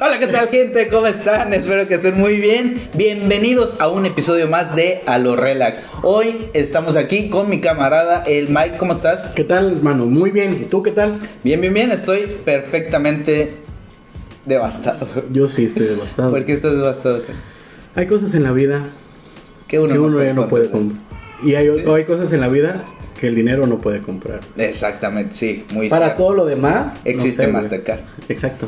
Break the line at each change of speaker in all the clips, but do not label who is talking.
Hola, ¿qué tal gente? ¿Cómo están? Espero que estén muy bien. Bienvenidos a un episodio más de A lo Relax. Hoy estamos aquí con mi camarada, el Mike. ¿Cómo estás?
¿Qué tal, hermano? Muy bien. ¿Y tú qué tal?
Bien, bien, bien. Estoy perfectamente devastado.
Yo sí estoy devastado.
¿Por qué estás devastado?
Hay cosas en la vida
Que
que uno ya no puede
comprender.
comprar. Y hay, o- hay cosas en la vida que el dinero no puede comprar.
Exactamente, sí. Muy
Para
cierto.
todo lo demás, no
Existe
sé, güey.
Mastercard.
Exacto.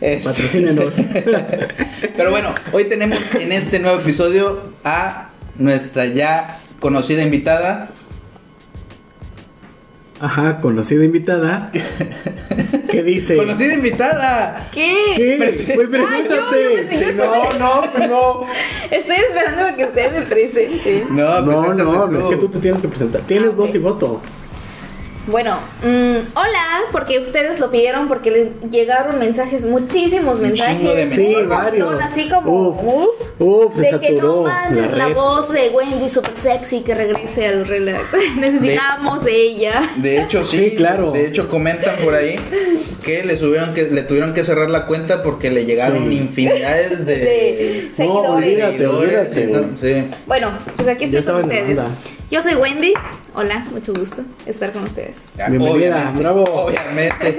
Es-
Patrocínenos.
Pero bueno, hoy tenemos en este nuevo episodio a nuestra ya conocida invitada.
Ajá, conocida invitada. ¿Qué dice?
¡Conocida invitada!
¿Qué?
¿Qué?
Presen-
Pues
Ah, yo,
preséntate.
yo pensé-
Sí, no, no, pues no.
Estoy esperando a que ustedes me presenten.
No,
Ah,
pues
No,
preséntate
no,
tú.
es que tú te tienes que presentar. Tienes
Ah,
voz
ok.
y voto.
Bueno, mm, hola, porque ustedes lo pidieron, porque les llegaron mensajes, muchísimos mensajes.
chingo de
un
mensajes.
Sí,
montón,
varios.
Así como,
Uf.
uff.
Uf, se
de que
saturó
no
la
manches, la,
red.
voz de Wendy super sexy que regrese al relax. Necesitamos de ella.
De hecho, sí,
Sí, claro.
De hecho, comentan por ahí que le, subieron que le tuvieron que cerrar la cuenta porque le llegaron
Sí.
infinidades de,
De
No,
seguidores.
olvídate,
seguidores,
olvídate.
entonces, sí.
Bueno, pues aquí
Ya
estoy con
saben de
ustedes.
onda.
Yo soy Wendy. Hola, mucho gusto estar con ustedes.
Ya,
Bienvenida,
obviamente,
bravo.
Obviamente.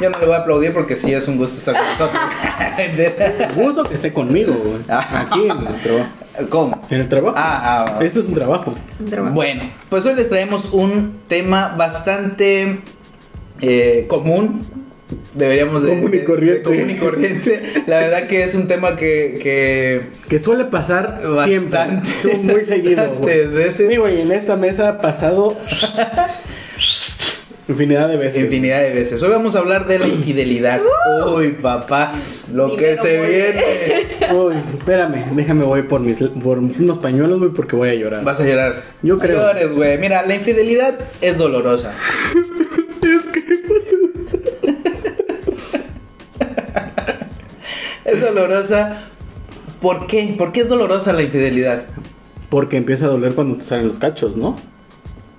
Yo no le voy a aplaudir porque sí es un gusto estar con nosotros.
Gusto que esté conmigo, güey. Aquí en el trabajo.
¿Cómo?
En el trabajo.
Ah, ah,
Este es un trabajo.
Un trabajo.
Bueno, pues hoy les traemos un tema bastante eh, común. Deberíamos de,
Común y
de- de
corriente.
común y corriente. La verdad que es un tema que, que
Que suele pasar siempre.
Bastante.
Su- Muy seguido, güey.
Bastantes veces.
Sí, güey, en esta mesa ha pasado infinidad de veces.
infinidad de veces. Hoy vamos a hablar de la infidelidad. Uy, papá, lo que
Primero
se
muere.
viene.
Uy, espérame, déjame voy por, mis, por unos pañuelos, güey, porque voy a llorar.
Vas a llorar.
Yo
No
creo.
llores, güey. Mira, la infidelidad es dolorosa. Es que. es dolorosa. ¿Por qué? ¿Por qué es dolorosa la infidelidad?
Porque empieza a doler cuando te salen los cachos, ¿no?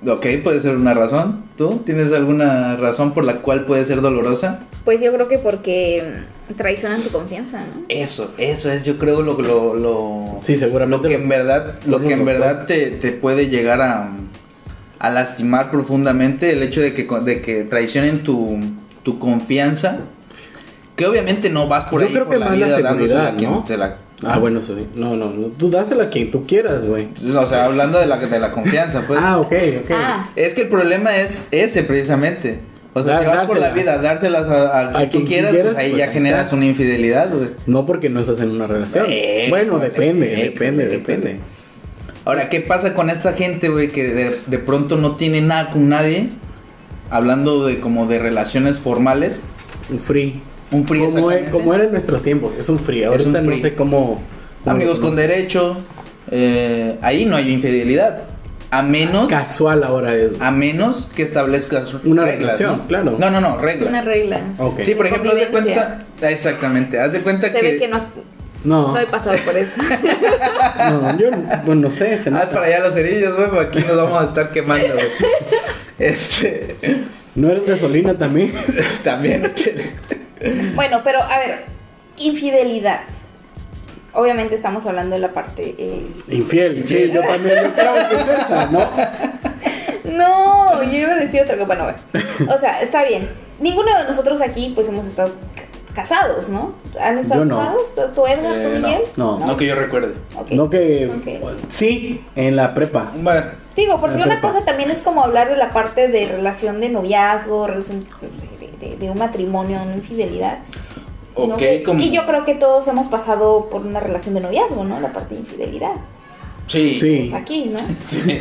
Ok, puede ser una razón. ¿Tú tienes alguna razón por la cual puede ser dolorosa?
Pues yo creo que porque mm, traicionan tu confianza, ¿no?
Eso, eso es yo creo lo, lo, lo,
Sí, seguramente
lo que
los-
en verdad, lo
los
que en
doctor-
verdad te, te puede llegar a, a lastimar profundamente el hecho de que, con- de que traicionen tu, tu confianza, que obviamente no vas por
Yo
ahí
creo
por
que
la
más la
vida dándosela a
seguridad,
quien
¿no?
se la-
Ah, bueno, eso sí. No, no, no. Tú dásela a quien tú quieras, güey.
pues, o sea, hablando de la, de la confianza, pues.
ah, ok, ok.
Ah.
Es que el problema es ese precisamente. O sea,
Dar-
si vas por la
dárselas.
vida, dárselas a, a quien tú
quien
quieras,
quieras,
pues ahí
pues
ya
ahí
generas
está.
una infidelidad, güey.
No porque no estás en una relación.
Eh,
bueno,
vale,
depende,
eh,
depende,
vale.
depende.
Ahora, ¿qué pasa con esta gente, güey, que de, de pronto no tiene nada con nadie? Hablando de como de relaciones formales.
Un free.
Un free,
Como, e-
exactamente.
como era en nuestros tiempos, es un free. Ahorita
un free.
no sé cómo. cómo
Amigos
lo-
con derecho. eh, ahí no hay infidelidad. A menos,
Casual ahora es.
a menos que establezcas
Ah, Una
reglas,
relación,
¿no?
claro.
No, no, no,
Una
reglas.
regla.
Ok.
Sí, por ejemplo, haz de cuenta.
Convivencia.
Exactamente, haz de cuenta
Se ve que no,
No,
no he pasado por eso.
no, yo bueno, no sé. se
Haz
nota.
Ah, para allá los cerillos, güey, porque aquí nos vamos a estar quemando, güey. Este.
No eres gasolina también.
También, chile.
bueno, pero a ver, infidelidad. Obviamente estamos hablando de la parte... eh,
Infiel, sí, yo también. Yo creo que es esa, ¿no?
No, yo iba a decir otra cosa. Bueno, a ver. O sea, está bien. Ninguno de nosotros aquí pues hemos estado c- casados, ¿no? ¿Han estado
Yo no.
casados? ¿Tú, tú, Edgar, tú
Eh, no,
Miguel?
no,
No que yo recuerde.
Ok.
No que.
Ok.
Sí, en la prepa.
Bueno,
Digo, porque
La
una
prepa.
cosa también es como hablar de la parte de relación de noviazgo, relación de, de- de un matrimonio, una infidelidad.
ok,
No sé.
como.
Y yo creo que todos hemos pasado por una relación de noviazgo, ¿no? La parte de infidelidad.
Sí.
Sí.
Pues aquí, ¿no?
Sí.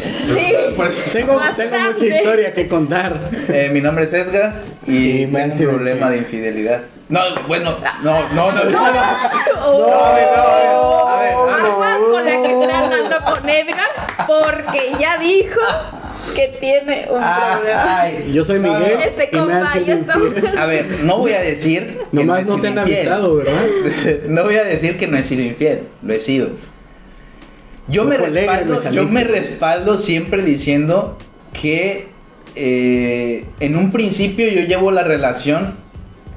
Por eso-
Tengo,
Bastante.
tengo mucha historia que contar.
Eh, mi nombre es Edgar y
Y me han
tengo un
sido
problema de infidelidad. No, bueno, no, no, no. no.
a ver, no,
a ver, a ver.
Ah, Aguas con la que está andando con Edgar, porque ya dijo que tiene un problema.
Ay,
Yo soy
no, no.
Miguel.
Este
y me han
compa
sido
ya está-
infiel.
A ver, no voy a decir. que
Nomás
he
no
sido
te han
infiel.
avisado, ¿verdad?
no voy a decir que no he sido infiel, lo he sido. Yo me
Ojo alegre,
respaldo,
me saliste.
yo me respaldo siempre diciendo que eh, en un principio yo llevo la relación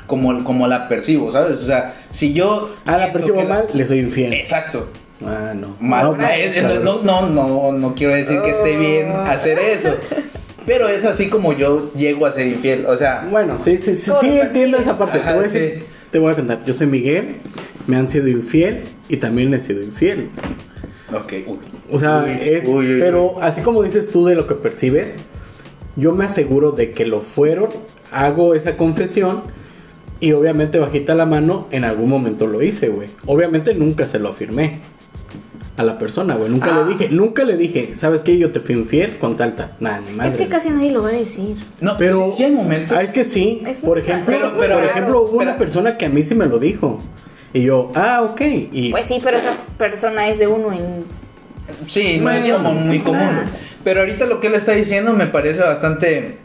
como, como la percibo, ¿sabes? O sea, si yo
Ah, la
siento
percibo
que la-
mal, le soy infiel.
Exacto.
Ah, no.
Mal.
No, pues,
Eh, eh,
cabrón. Ah.
no, no, no, no quiero decir que esté bien hacer eso. Pero es así como yo llego a ser infiel. O sea,
Bueno, sí, sí, sí,
Todo
sí
lo
entiendo esa parte.
Ajá,
te, voy a decir- te voy a contar. Yo soy Miguel, me han sido infiel y también le he sido infiel.
ok. uy.
O sea,
Uy,
es.
uy, uy, uy.
pero así como dices tú de lo que percibes, yo me aseguro de que lo fueron, hago esa confesión y obviamente bajita la mano, en algún momento lo hice, güey. Obviamente nunca se lo afirmé a la persona, güey. Nunca
Ah.
le dije, nunca le dije, ¿sabes qué? Yo te fui infiel con tal, tal. Nada, ni madre.
Es que
güey.
casi nadie lo va a decir.
No,
Pero-
pero sí, sí hay momentos.
Ah, es que sí.
Es
por
muy
ejemplo,
raro. Pero- pero-
por ejemplo hubo
pero-
una persona que a mí sí me lo dijo. Y yo, ah, ok. Y
Pues sí, pero esa persona es de uno en.
Sí, no es
Bueno,
como muy
sí,
común.
claro.
Pero ahorita lo que él está diciendo me parece bastante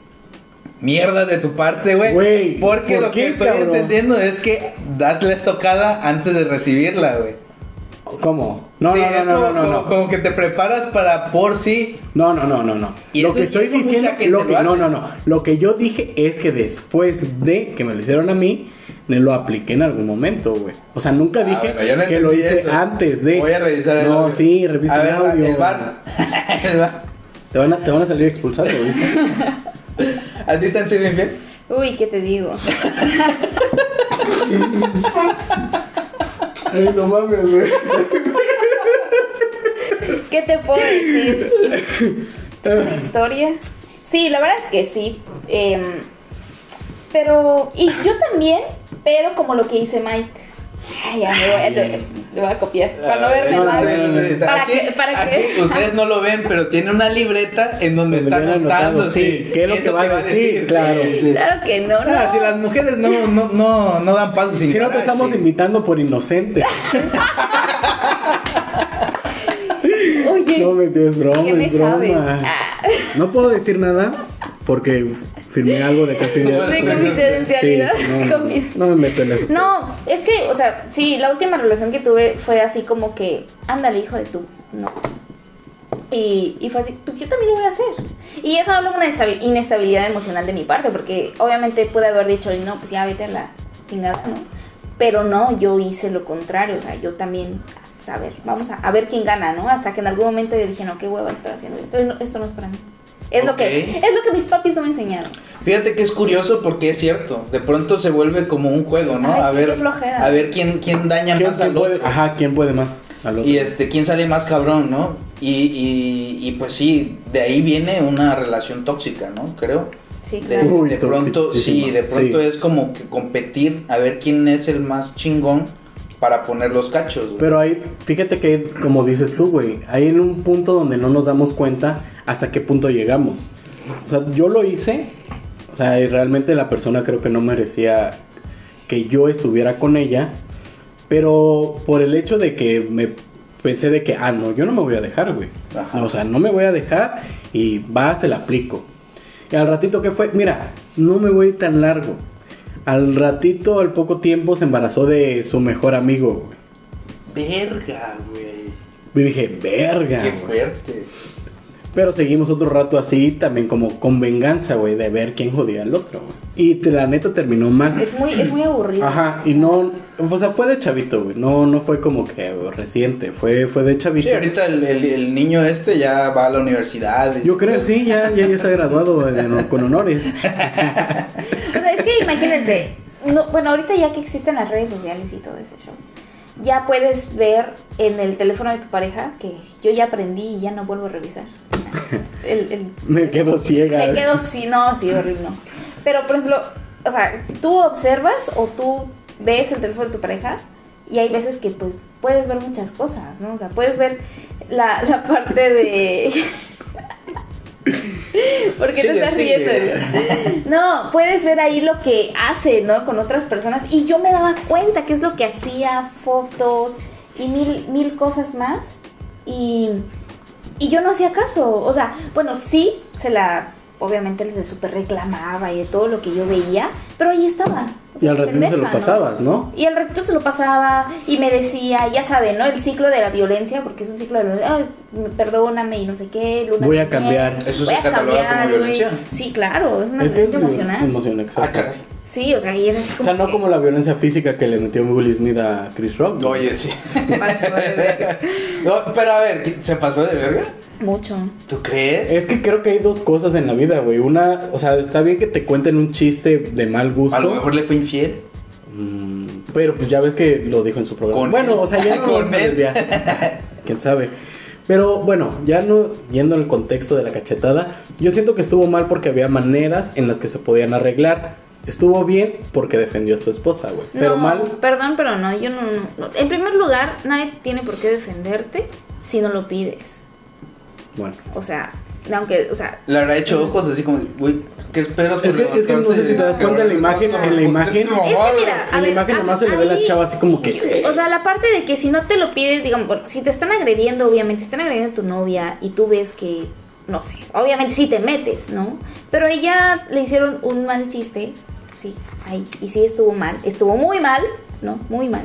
mierda de tu parte, güey.
Güey,
porque
¿por
lo
qué,
que estoy
cabrón?
entendiendo es que das la estocada antes de recibirla, güey.
¿cómo? No,
Sí,
no, no,
es
no,
como,
no, no,
como-
no.
como que te preparas para por si.
No, no, no, no, no.
Y
lo
eso-
que estoy
eso mucha
diciendo,
gente
lo que-
lo hace.
no, no, no. Lo que yo dije es que después de que me lo hicieron a mí, me lo apliqué en algún momento, güey. O sea, nunca
Ah,
dije
bueno, yo no
que lo
entendí
hice
eso.
antes de.
Voy a revisar el
No,
audio.
sí,
A
revisa el
ver,
audio.
el bar. El bar.
Te van a, te van a salir expulsado, güey.
¿A ti te han sido infiel?
Uy, ¿qué te digo?
Ay, no mames, güey.
¿Qué te puedo decir? Una historia. Sí, la verdad es que sí. em, pero, y yo también, pero como lo que hice Mike. Ay, ya, le voy, a- le- le voy a copiar. Para no verme
Ah, No, no,
mal.
no, no, no, no.
¿Para
Aquí-
qué? ¿Para
aquí
qué?
Ustedes no lo ven, pero tiene una libreta en donde
Donde
está
viene anotado,
anotando.
sí, qué es lo que va a decir, claro.
Claro que no, no.
Ah, si las mujeres no, no, no, no dan paso sin
Si no te
parar,
estamos
sí.
invitando por inocente.
Oye,
No me des broma,
¿qué me
es broma.
sabes? Ah,
No puedo decir nada porque firmé algo de confidencialidad.
de confidencialidad.
Sí, no, no, no, no me meto en eso.
No, es que, o sea, sí, la última relación que tuve fue así como que, ándale, hijo de tú, no. Y, y fue así, pues yo también lo voy a hacer. Y eso habla de una inestabi- inestabilidad emocional de mi parte, porque obviamente pude haber dicho, no, pues ya vete a la chingada, ¿no? Pero no, yo hice lo contrario, o sea, yo también, pues, a ver, vamos a, a ver quién gana, ¿no? Hasta que en algún momento yo dije, no, qué hueva estar haciendo esto, no- esto no es para mí. Es, lo
Ok.
que, es lo que mis papis no me enseñaron.
Fíjate que es curioso porque es cierto. De pronto se vuelve como un juego, ¿no?
Ay,
a
sí,
ver,
qué flojera.
a ver quién, quién daña
¿Quién,
más al
quién puede,
otro.
ajá, ¿quién puede más? Al otro.
Y este, quién sale más cabrón, ¿no? Y, y, y pues sí, de ahí viene una relación tóxica, ¿no? Creo.
Sí,
De,
claro.
Uy,
de pronto, sí,
toxicísima,
de pronto
sí.
es como que competir a ver quién es el más chingón para poner los cachos. güey.
Pero ahí, fíjate que, como dices tú, güey, hay en un punto donde no nos damos cuenta hasta qué punto llegamos. O sea, yo lo hice, o sea, y realmente la persona creo que no merecía que yo estuviera con ella, pero por el hecho de que me pensé de que, ah, no, yo no me voy a dejar, güey.
Ajá.
O sea, no me voy a dejar y va, se la aplico. Y al ratito que fue, mira, no me voy tan largo. Al ratito, al poco tiempo, se embarazó de su mejor amigo, güey.
Verga, güey.
Y dije, verga.
Qué
güey".
fuerte.
Pero seguimos otro rato así, también como con venganza, güey, de ver quién jodía al otro, güey. Y te- la neta terminó mal.
Es muy, es muy aburrido.
Ajá, y no, o sea, fue de chavito, güey. No, no fue como que güey, reciente, fue, fue de chavito.
Sí, ahorita el, el- el niño este ya va a la universidad. y-
Yo creo, sí, ya, ya, ya está graduado en- con honores.
O sea, es que imagínense, no, bueno, ahorita ya que existen las redes sociales y todo ese show, ya puedes ver en el teléfono de tu pareja, que yo ya aprendí y ya no vuelvo a revisar. El- el-
Me quedo ciega.
me quedo sí, no, sí, horrible, no. Pero, por ejemplo, o sea, tú observas o tú ves el teléfono de tu pareja y hay veces que, pues, puedes ver muchas cosas, ¿no? O sea, puedes ver la, la parte de... ¿Por qué te
Sigue,
estás
sigue.
riendo? Dios? No, puedes ver ahí lo que hace, ¿no? Con otras personas. Y yo me daba cuenta qué es lo que hacía, fotos y mil, mil cosas más. Y y yo no hacía caso. O sea, bueno, sí se la obviamente les súper reclamaba y de todo lo que yo veía, pero ahí estaba. O
Y
sea,
al ratito
pendeja,
se lo
¿no?
pasabas, ¿no?
Y al ratito se lo pasaba y me decía, ya saben, ¿no? El ciclo de la violencia, porque es un ciclo de violencia, "Ay, perdóname y no sé qué, Luna
Voy a
de miel,
cambiar.
Eso
voy
se
a
cataloga como
cambiar, güey".
violencia.
Sí, claro, es una
Es que es
violencia emocional.
Emocional,
Ah,
exacto.
caray.
Sí, o sea, y era así
O
como
sea, no
que-
como la violencia física que le metió Will Smith a Chris Rock.
Oye, sí.
Pasó de verga.
No, pero a ver, ¿se pasó de verga?
mucho.
¿Tú crees?
Es que creo que hay dos cosas en la vida, güey. Una, o sea, está bien que te cuenten un chiste de mal gusto.
A lo mejor le fue infiel.
Mm, Pero pues ya ves que lo dijo en su programa.
Con
bueno,
él.
o sea, ya no
Con
vamos a
él.
desviar. Quién sabe. Pero bueno, ya no yendo al contexto de la cachetada, yo siento que estuvo mal porque había maneras en las que se podían arreglar. Estuvo bien porque defendió a su esposa, güey. Pero
No,
mal.
Perdón, pero no, yo no, no, no. En primer lugar, nadie tiene por qué defenderte si no lo pides.
Bueno.
O sea, aunque, o sea,
Le habrá hecho ojos así como, güey, ¿qué esperas?
Es que, es que no sé si te das cuenta en la imagen, en la imagen,
es que mira,
en
a
la
ver,
imagen
a-
nomás se le ve la
ahí-
chava así como que.
O sea, la parte de que si no te lo pides, digamos, bueno, si te están agrediendo, obviamente, están agrediendo a tu novia y tú ves que, no sé, obviamente sí te metes, ¿no? Pero a ella le hicieron un mal chiste, sí, ahí, y sí estuvo mal, estuvo muy mal, ¿no? Muy mal.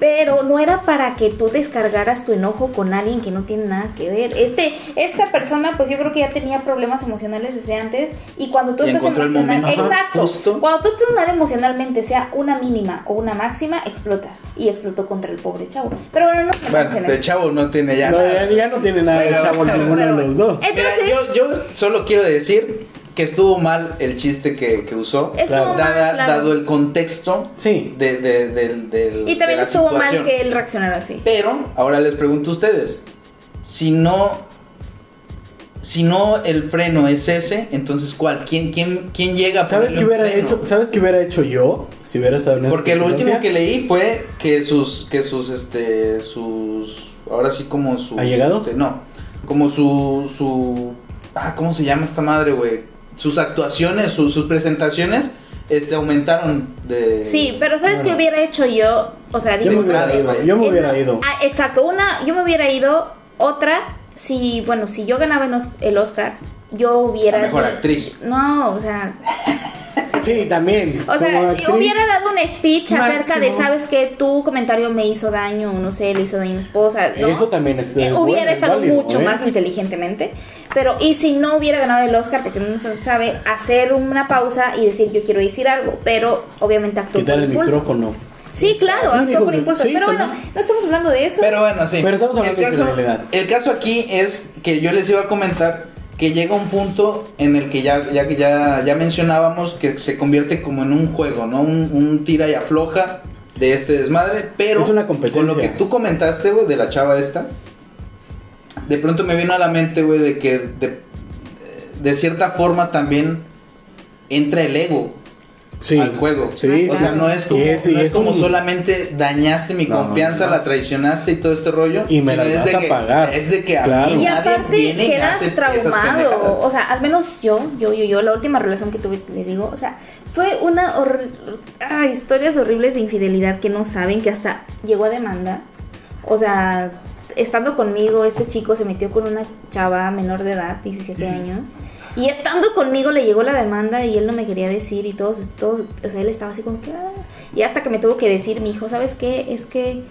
Pero no era para que tú descargaras tu enojo con alguien que no tiene nada que ver. Este, esta persona, pues yo creo que ya tenía problemas emocionales desde antes y cuando tú
Y
estás
encontró el
emocional,
momento. Ajá,
exacto,
justo.
cuando tú estás mal emocionalmente, sea una mínima o una máxima, explotas. Y explotó contra el pobre chavo. Pero bueno, no me metas en
Bueno, de
eso.
chavo no tiene ya
no,
nada.
ya, ya no tiene nada de
Pero-
chavo
pero-
ninguno de los dos.
Mira,
Entonces,
yo, yo solo quiero decir que estuvo mal el chiste que, que usó,
Estuvo
claro.
mal,
dada-
claro.
dado el contexto
Sí.
de, de- del- del-
Y también
de la
estuvo mal
situación.
que él reaccionara así.
Pero ahora les pregunto a ustedes, si no, si no el freno es ese, entonces ¿cuál? ¿Quién, quién, quién llega a
¿Sabes
ponerle
qué
un
hubiera
freno?
hecho? ¿Sabes qué hubiera hecho yo si hubiera estado en esa
Porque lo último que
circunstancia?
leí fue que sus, que sus, este, sus, ahora sí como su...
¿Allegados?
este, no, como su, su, ah, ¿cómo se llama esta madre, güey? Sus actuaciones, su- sus presentaciones, este, aumentaron de...
Sí, pero ¿sabes
no,
qué
no.
hubiera hecho yo? O sea,
yo me
digo,
hubiera
Nada,
ido,
vaya.
yo me
Eh,
hubiera
no.
ido.
Ah, exacto, una, yo me hubiera ido, otra, si, bueno, si yo ganaba en os- el Oscar, yo hubiera...
La mejor actriz.
No, o sea,
Sí, también.
Ah,
como
o sea, si
actriz.
hubiera dado un speech acerca de,
Máximo.
¿sabes qué? Tu comentario me hizo daño, no sé, le hizo daño a mi esposa, ¿no?
Eso también es-
Eh,
es
hubiera
bueno, es
estado
válido,
mucho
¿eh?
más inteligentemente. Pero, y si no hubiera ganado el Oscar, porque no se sabe, hacer una pausa y decir yo quiero decir algo, pero obviamente actuó
Quitar
por
el
impulso.
micrófono.
Sí, claro,
Sí,
actuó
digo,
por impulso.
sí,
pero bueno,
también.
no estamos hablando de eso.
Pero bueno, sí.
Pero estamos hablando
el
de
caso,
generalidad.
el caso aquí es que yo les iba a comentar que llega un punto en el que ya, ya, que ya, ya mencionábamos que se convierte como en un juego, ¿no? Un, un tira y afloja de este desmadre, pero
Es una competencia.
con lo que tú comentaste, güey, de la chava esta, de pronto me vino a la mente, güey, de que de, de cierta forma también entra el ego
Sí.
al juego.
Sí,
o
sí,
sea,
sí.
no es como,
Sí, sí,
no es
es
como
un-
solamente dañaste mi
No,
confianza,
no.
la traicionaste y todo este rollo.
Y me
sino
la
es
vas
de
a
que-
pagar.
Es de que a
Claro.
mí
Y
nadie
aparte
viene y
quedas
hace esas
traumado.
pendejadas.
O sea, al menos yo, yo, yo, yo, la última relación que tuve, les digo, o sea, fue una hor- ah, historias horribles de infidelidad que no saben, que hasta llegó a demanda. O sea, estando conmigo, este chico se metió con una chava menor de edad, 17 años. Y estando conmigo le llegó la demanda y él no me quería decir y todos, todos, o sea, él estaba así como que... "Ah". Y hasta que me tuvo que decir mi hijo, ¿sabes qué? Es que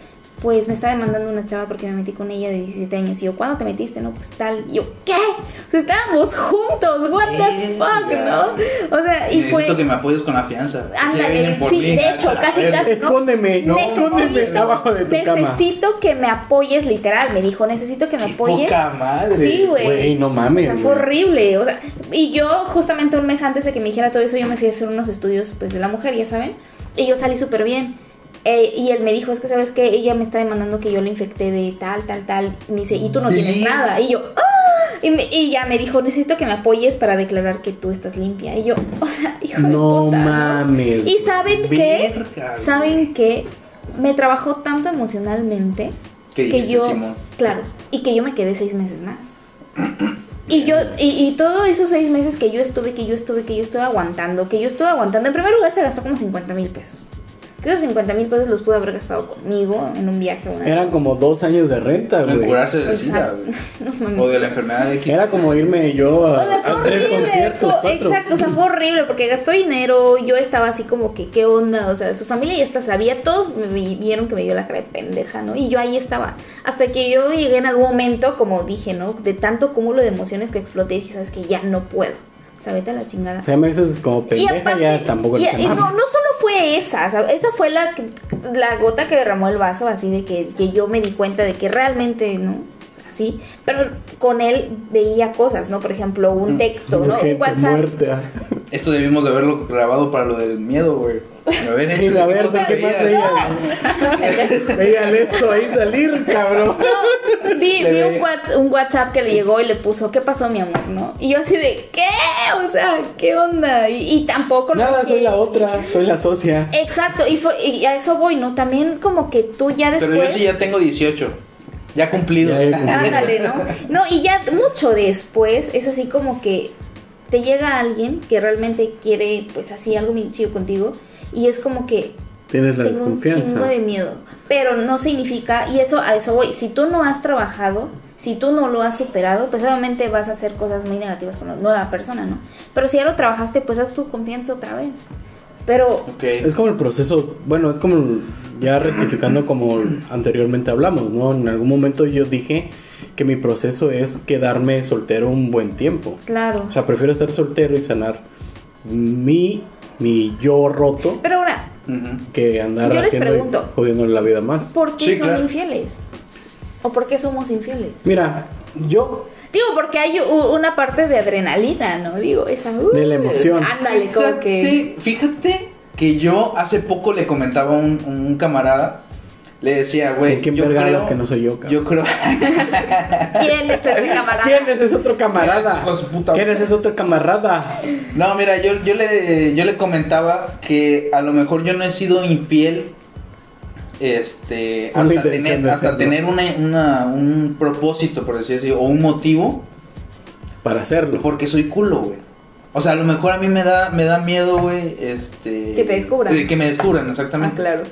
pues me está demandando una chava porque me metí con ella de 17 años. Y yo, ¿cuándo te metiste? No, pues tal. Y yo, ¿qué? Pues estábamos juntos, what the fuck, ¿no? O sea, y
Necesito
fue...
que me apoyes con la fianza. porque ya
Ándale,
vienen por
sí,
mí.
de hecho,
A la
casi,
verga.
casi.
Escóndeme,
No,
escóndeme
necesito-
abajo de tu cama.
Necesito que me apoyes, literal, me dijo, necesito que me
Qué
apoyes.
Poca madre.
Sí, güey.
Güey, no mames,
O sea, fue
güey.
horrible. O sea, y yo, justamente un mes antes de que me dijera todo eso, yo me fui a hacer unos estudios pues, de la mujer, ya saben. Y yo salí súper bien. Eh, y él me dijo, es que sabes que ella me está demandando que yo la infecté de tal, tal, tal. Y me dice, y tú no tienes
Bien.
nada. Y yo, ¡ah! Y, me- y ya me dijo, necesito que me apoyes para declarar que tú estás limpia. Y yo, o sea, hijo
No
de puta. ¿no?
mames.
Y
güey.
saben qué,
Verga, güey.
saben qué, me trabajó tanto emocionalmente
¿Qué
que
dijiste,
yo,
Simón?
claro, y que yo me quedé seis meses más. Y yo, y, y todos esos seis meses que yo estuve, que yo estuve, que yo estuve aguantando, que yo estuve aguantando, en primer lugar se gastó como 50 mil pesos. Que esos 50 mil pesos los pude haber gastado conmigo en un viaje o una
Eran como dos años de renta,
En
güey.
curarse de la sida,
Exacto.
güey.
No mames.
O de la enfermedad de X.
Era como irme yo
O
a,
sea, fue
a tres
horrible,
conciertos,
fue-
cuatro.
Exacto, o sea, fue horrible porque gastó dinero, yo estaba así como que, ¿qué onda? O sea, su familia ya está sabía, todos me vi- vieron que me vio la cara de pendeja, ¿no? Y yo ahí estaba. Hasta que yo llegué en algún momento, como dije, ¿no? De tanto cúmulo de emociones que exploté y dije, ¿sabes que Ya no puedo. O sea, vete a la chingada.
O sea, me dices como pendeja, ya tampoco
y-
le
y no, no solo fue esa, o sea, esa fue la, la gota que derramó el vaso, así de que, que yo me di cuenta de que realmente, ¿no? Así, pero con él veía cosas, ¿no? Por ejemplo, un texto, ¿no?
Mm,
Un
gente
WhatsApp.
muerta.
Esto debimos de haberlo grabado para lo del miedo, güey. Me habían
Sí,
hecho
la
que
verdad,
no
¿qué más
sabía.
veían? veían eso ahí salir, cabrón.
No, vi,
Le
vi un,
veía.
whats- un WhatsApp que le llegó y le puso, ¿qué pasó, mi amor? ¿no? Y yo así de, ¿qué? O sea, ¿qué onda? Y, y tampoco... lo Eh,
Nada, soy
dije.
la otra, soy la socia.
Exacto, y, fue- y a eso voy, ¿no? También como que tú ya después...
Pero yo sí ya tengo 18. Ya cumplido.
Ya he cumplido.
Ándale, ¿no? No, y ya mucho después es así como que te llega alguien que realmente quiere, pues así, algo bien chido contigo. Y es como que
Tienes la
tengo un chingo
desconfianza.
de miedo. Pero no significa, y eso a eso voy, si tú no has trabajado, si tú no lo has superado, pues obviamente vas a hacer cosas muy negativas con la nueva persona, ¿no? Pero si ya lo trabajaste, pues haz tu confianza otra vez. Pero
Ok.
Es como el proceso, bueno, es como el- ya rectificando como anteriormente hablamos, ¿no? En algún momento yo dije que mi proceso es quedarme soltero un buen tiempo.
claro.
O sea, prefiero estar soltero y sanar mi, mi yo roto
Pero ahora,
Ujú.
que andar
Yo les
haciendo y
pregunto.
jodiéndole la vida más.
¿por qué
Sí,
son
claro.
infieles? ¿O por qué somos infieles?
Mira, yo
Digo, porque hay u- una parte de adrenalina, ¿no? Digo, esa... uh,
De la emoción.
Ándale, como que...
Fíjate, fíjate que yo hace poco le comentaba a un, un camarada, le decía, güey,
¿Con quién
yo
verga
creo
hablas que no soy yo, cabrón?
Yo creo.
¿Quién es ese camarada?
¿Quién es ese otro camarada?
Hijo de su puta
¿Quién es ese otro camarada?
No, mira, yo, yo, le, yo le comentaba que a lo mejor yo no he sido infiel este,
Con la
hasta
intención
tener,
de
hasta
serlo.
tener una, una- un propósito, por decir así, o un motivo,
Para hacerlo.
porque soy culo, güey. O sea, a lo mejor a mí me da, me da miedo, güey, este...
Que te descubran.
de Que me descubran,
Ah,
exactamente.
claro.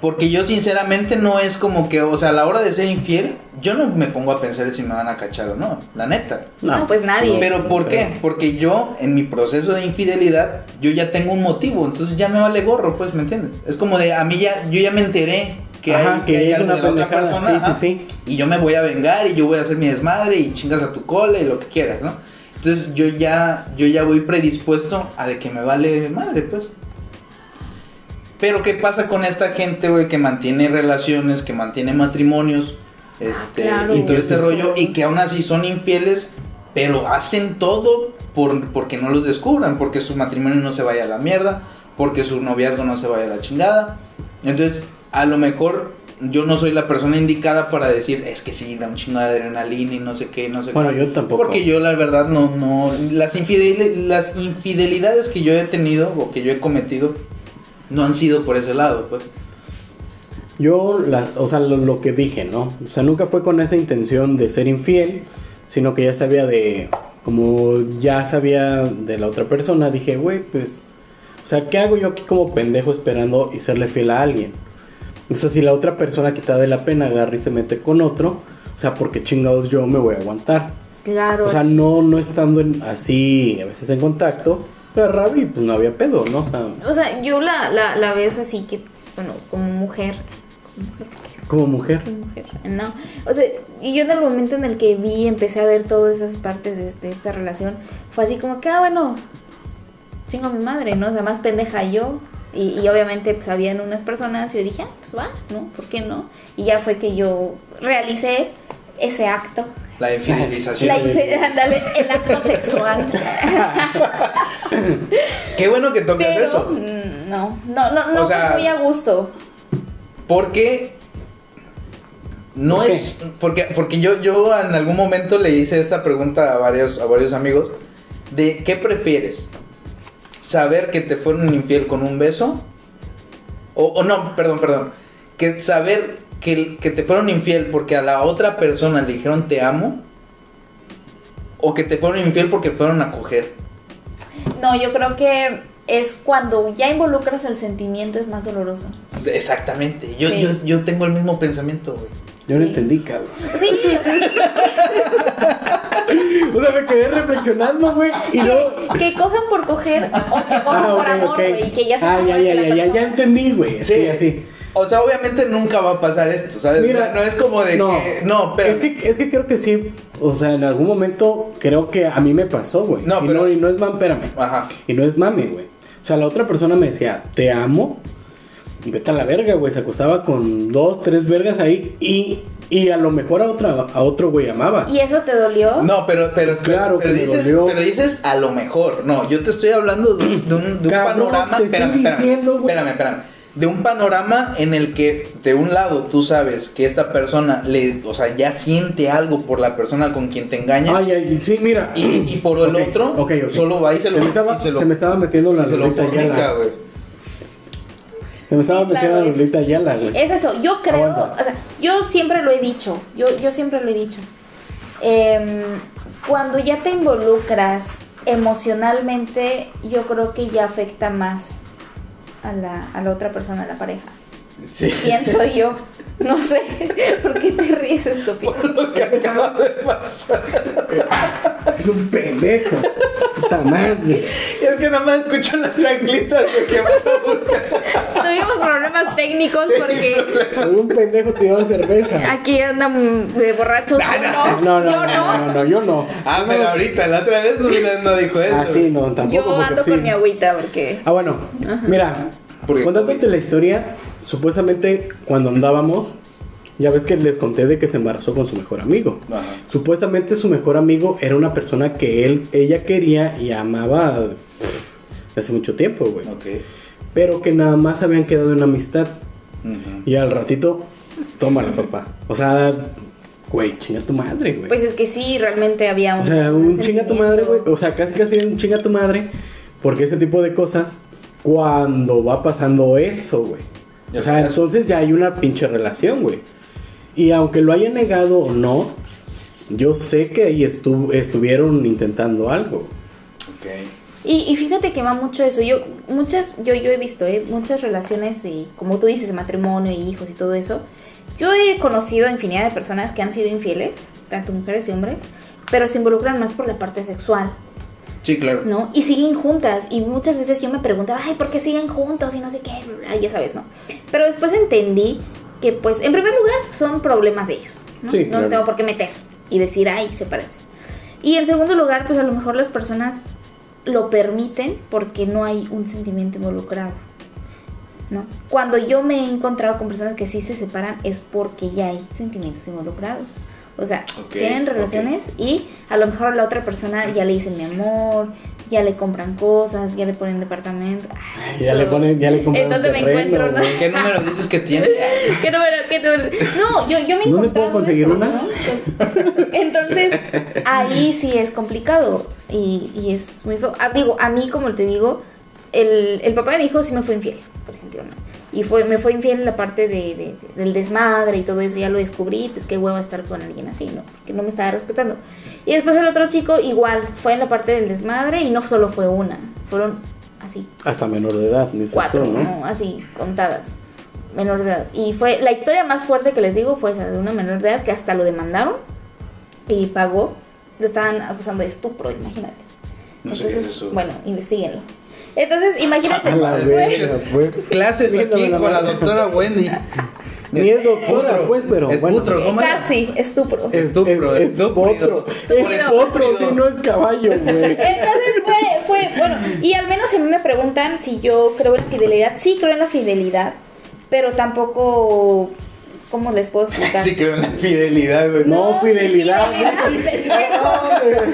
Porque yo sinceramente no es como que, o sea, a la hora de ser infiel, yo no me pongo a pensar si me van a cachar o no, la neta.
No, pues nadie.
Pero ¿por qué? Porque yo en mi proceso de infidelidad, yo ya tengo un motivo, entonces ya me vale gorro, pues, ¿me entiendes? Es como de, a mí ya, yo ya me enteré que
Ajá,
hay,
que
hay
es
algo
una
de la otra
pendejada,
persona,
sí, sí,
ajá,
sí.
y yo me voy a vengar y yo voy a hacer mi desmadre y chingas a tu cola y lo que quieras, ¿no? Entonces yo ya, yo ya voy predispuesto a de que me vale madre, pues. Pero ¿qué pasa con esta gente, güey, que mantiene relaciones, que mantiene matrimonios, este,
claro.
y todo este rollo, y que aún así son infieles, pero hacen todo por, porque no los descubran, porque su matrimonio no se vaya a la mierda, porque su noviazgo no se vaya a la chingada. Entonces, a lo mejor yo no soy la persona indicada para decir, es que sí, da un chingo de adrenalina y no sé qué, no sé
Bueno,
qué".
yo tampoco.
Ah. Porque yo la verdad no, no, las, infidel- las infidelidades que yo he tenido o que yo he cometido no han sido por ese lado, pues.
Yo, la- o sea, lo, lo que dije, ¿no? O sea, nunca fue con esa intención de ser infiel, sino que ya sabía de, como ya sabía de la otra persona, dije, güey, pues, o sea, ¿qué hago yo aquí como pendejo esperando y serle fiel a alguien? O sea, si la otra persona que está de la pena agarra y se mete con otro, o sea, porque chingados yo me voy a aguantar.
Claro.
O sea, no, no estando en- así, a veces en contacto, agarraba y pues no había pedo, ¿no? O sea,
O sea, yo la, la, la ves así que, bueno, como mujer,
como mujer.
como mujer, no. O sea, y yo en el momento en el que vi, empecé a ver todas esas partes de, de esta relación, fue así como que, ah, bueno, chingo a mi madre, ¿no? O sea, más pendeja yo. Y, y obviamente, pues, habían unas personas y yo dije, ah, pues va, ¿no? ¿Por qué no? Y ya fue que yo realicé ese acto.
La infidelización.
La infe- ándale, el acto sexual.
Qué bueno que tocas
Pero
eso.
mm, no, no, no, no
O sea,
fue muy a gusto.
Porque no
¿Por qué?
es. Porque, porque yo, yo en algún momento le hice esta pregunta a varios, a varios amigos. De qué prefieres? ¿Saber que te fueron infiel con un beso? O, o no, perdón, perdón. Que saber que, que te fueron infiel porque a la otra persona le dijeron te amo. O que te fueron infiel porque fueron a coger.
No, yo creo que es cuando ya involucras el sentimiento es más doloroso.
Exactamente. Yo,
Sí.
yo, yo tengo el mismo pensamiento, güey.
Yo no
Sí.
entendí, cabrón.
Sí,
O sea, me quedé reflexionando, güey. Y luego.
que cogen por coger o que cogen
Ah,
por
ok,
amor,
ok.
güey, que ya se
Ah, ya,
enamora
ya,
de la
ya, ya, ya
persona.
entendí, güey. Sí,
Sí.
así.
O sea, obviamente nunca va a pasar esto, ¿sabes?
Mira,
no es como de que. No, pero.
es que, es que creo que sí. O sea, en algún momento creo que a mí me pasó, güey.
No,
Y
pero-
no, y no es mame, espérame.
Ajá.
Y no es mame, güey. O sea, la otra persona me decía, te amo. Y vete a la verga, güey. Se acostaba con dos, tres vergas ahí. Y, y a lo mejor a, otra, a otro, güey, amaba.
¿Y eso te dolió?
No, pero, pero, pero,
Claro que me
dices,
dolió.
pero dices a lo mejor. No, yo te estoy hablando de, de un, de un
Cabrón,
panorama.
te
espérame,
estoy
espérame,
diciendo, güey.
espérame, espérame. De un panorama en el que, de un lado, tú sabes que esta persona le, o sea, ya siente algo por la persona con quien te engaña.
Ay, ay, sí, mira.
y, y por el
Ok,
otro,
ok, ok.
solo va y se lo.
me estaba,
y se lo-
se me estaba metiendo la
y se lo
Lolita
fornica,
Yala.
güey.
Se me estaba
Sí, claro,
metiendo la
es-
Lolita Yala, güey.
Es eso, yo creo,
Aguanta.
o sea, yo siempre lo he dicho, yo, yo siempre lo he dicho. Em, cuando ya te involucras emocionalmente, yo creo que ya afecta más a la, a la otra persona, a la pareja.
Sí.
Pienso yo, no sé, ¿por qué te ríes, estúpido?
Lo que acaba de pasar.
Es un pendejo. Puta madre.
Es que nada más escucho las chanclitas de que van a buscar.
Tuvimos problemas técnicos porque
Algún pendejo tiró cerveza.
aquí andan de borrachos. Yo
No, no, no,
yo
no, no, no, yo no.
Ah, pero ahorita, la otra vez no, no dijo eso.
Ah, sí, no, tampoco.
Yo
porque
ando
sí.
con mi agüita porque...
Ah, bueno, mira,
Porque-
contándote la historia, supuestamente cuando andábamos, ya ves que les conté de que se embarazó con su mejor amigo.
Ajá.
Supuestamente su mejor amigo era una persona que él, ella quería y amaba pff, hace mucho tiempo, güey.
Ok.
Pero que nada más habían quedado en amistad.
Ujú.
Y al ratito, tómala, papá. O sea, güey, chinga tu madre, güey.
Pues es que sí, realmente había un.
O sea, un chinga tu madre, güey.
sentimiento.
O sea, casi casi un chinga tu madre. Porque ese tipo de cosas, cuando va pasando eso, güey.
Ya
O sea,
está.
entonces ya hay una pinche relación, güey. Y aunque lo haya negado o no, yo sé que ahí estu- estuvieron intentando algo.
Ok.
Y, y fíjate que va mucho eso. Yo muchas yo yo he visto, eh, muchas relaciones y como tú dices, matrimonio y hijos y todo eso. Yo he conocido infinidad de personas que han sido infieles, tanto mujeres y hombres, pero se involucran más por la parte sexual,
Sí, claro.
¿no? Y siguen juntas y muchas veces yo me preguntaba, "Ay, ¿por qué siguen juntos?" y no sé qué, bla, bla, ya sabes, ¿no? Pero después entendí que pues en primer lugar son problemas de ellos, ¿no?
Sí,
no
claro.
tengo por qué meter y decir, "Ay, se parecen." Y en segundo lugar, pues a lo mejor las personas lo permiten porque no hay un sentimiento involucrado. ¿No? Cuando yo me he encontrado con personas que sí se separan es porque ya hay sentimientos involucrados. O sea,
Ok,
tienen
ok.
relaciones y a lo mejor a la otra persona ya le dicen mi amor, ya le compran cosas, ya le ponen departamento. Ay,
Ya le
so-
ponen, ya le compraron
¿En dónde me
terreno,
encuentro, no?
güey.
¿Qué número dices que tiene?
¿Qué número? ¿Qué número? No, yo, yo me he
¿Dónde
encontrado
puedo conseguir
eso,
una?
¿no? Entonces, ahí sí es complicado y, y es muy feo. Ah, digo, a mí, como te digo, el, el papá de mi hijo sí me fue infiel, por ejemplo, ¿no? Y fue, me fue infiel en la parte de, de- del desmadre y todo eso, ya lo descubrí, pues qué huevo estar con alguien así, ¿no? Porque no me estaba respetando. Y después el otro chico igual, fue en la parte del desmadre y no solo fue una, fueron así
Hasta menor de edad, dices
cuatro,
tú, ¿no?
¿no? Así, contadas. Menor de edad. Y fue la historia más fuerte que les digo fue esa de una menor de edad que hasta lo demandaron y pagó. Lo estaban acusando de estupro, imagínate.
No sé qué es eso.
bueno, investiguenlo. Entonces, imagínense.
A la
Madre,
verga,
Ah, güey.
pues.
Clases aquí
Viéndome la
con la
madre.
doctora Wendy.
Ni es doctora,
Putro,
pues, pero
es
bueno.
putro, ¿cómo era?
casi estupro.
Estupro,
es, es
estúpido.
otro. Es
Estúpido.
otro, si no es caballo, güey.
Entonces fue, fue, bueno, y al menos a mí me preguntan si yo creo en la fidelidad. Sí creo en la fidelidad, pero tampoco, ¿cómo les puedo explicar?
Sí, creo en la fidelidad, güey.
No,
sí,
fidelidad.
fidelidad, pendejo.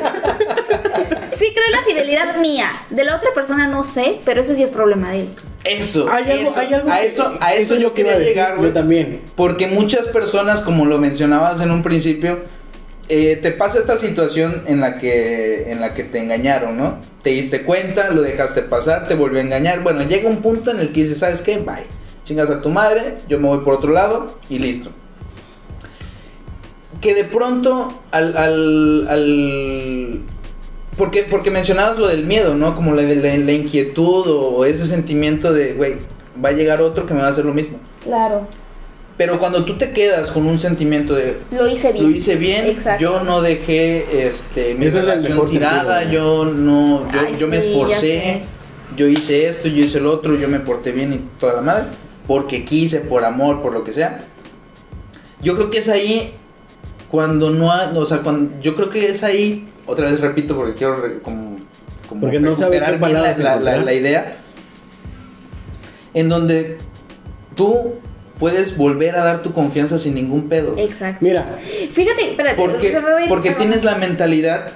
Sí, creo en la fidelidad mía. De la otra persona no sé, pero eso sí es problema de él.
Eso.
Hay algo,
eso.
hay algo.
A
que-
eso, a eso
es lo
yo
que iba
quería
a decir,
llegar,
Yo
güey.
también.
Porque muchas personas, como lo mencionabas en un principio, eh, te pasa esta situación en la que en la que te engañaron, ¿no? Te diste cuenta, lo dejaste pasar, te volvió a engañar. Bueno, llega un punto en el que dices, ¿sabes qué? Bye. Chingas a tu madre, yo me voy por otro lado y listo. Que de pronto al... al, al- porque, porque mencionabas lo del miedo, ¿no? Como la, la, la inquietud o ese sentimiento de, güey, va a llegar otro que me va a hacer lo mismo.
Claro.
Pero cuando tú te quedas con un sentimiento de
Lo hice bien.
lo hice bien,
Exacto.
yo no dejé este, mi
Ese es el
relación
mejor ¿eh?
tirada,
sentido,
yo no, yo,
Ay,
yo me
sí, ya
esforcé,
sé.
yo hice esto, yo hice lo otro, yo me porté bien y toda la madre, porque quise, por amor, por lo que sea. Yo creo que es ahí cuando no, ha- o sea, cuando, yo creo que es ahí, otra vez repito porque quiero re- como, como
Porque no sabe
recuperar
qué
bien
palabras
la- la- la-
encontrar.
la idea, en donde tú puedes volver a dar tu confianza sin ningún pedo.
Exacto.
Mira,
Fíjate, espérate. se
Porque,
me va a ir-
porque
ah,
tienes la mentalidad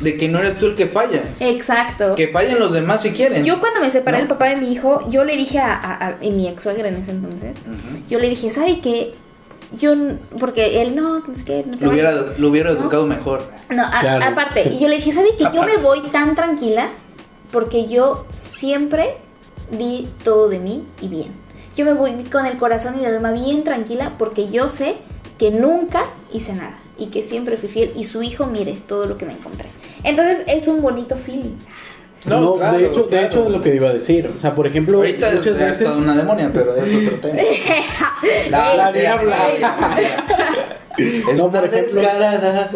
de que no eres tú el que falla.
Exacto.
Que fallen los demás si quieren.
Yo cuando me separé
¿No?
del papá de mi hijo, yo le dije a, a- a- y mi ex suegra en ese entonces,
Ujú.
yo le dije, ¿sabe qué? Yo, n- porque él no, que no sé qué, no
lo, hubiera,
trabaja".
lo hubiera
¿No?
educado mejor.
No, a-
Claro.
aparte, y yo le dije, ¿sabe que yo me
Aparte.
voy tan tranquila? Porque yo siempre di todo de mí y bien. Yo me voy con el corazón y el alma bien tranquila porque yo sé que nunca hice nada y que siempre fui fiel y su hijo mire todo lo que me encontré. Entonces es un bonito feeling.
no,
claro,
de hecho,
claro.
de hecho es lo que iba a decir. O sea, por ejemplo,
Ahorita es
muchas veces
toda una demonia, pero es otro tema. La,
La
idea,
diabla.
idea, idea. Es
No,
una
por ejemplo.
descarada.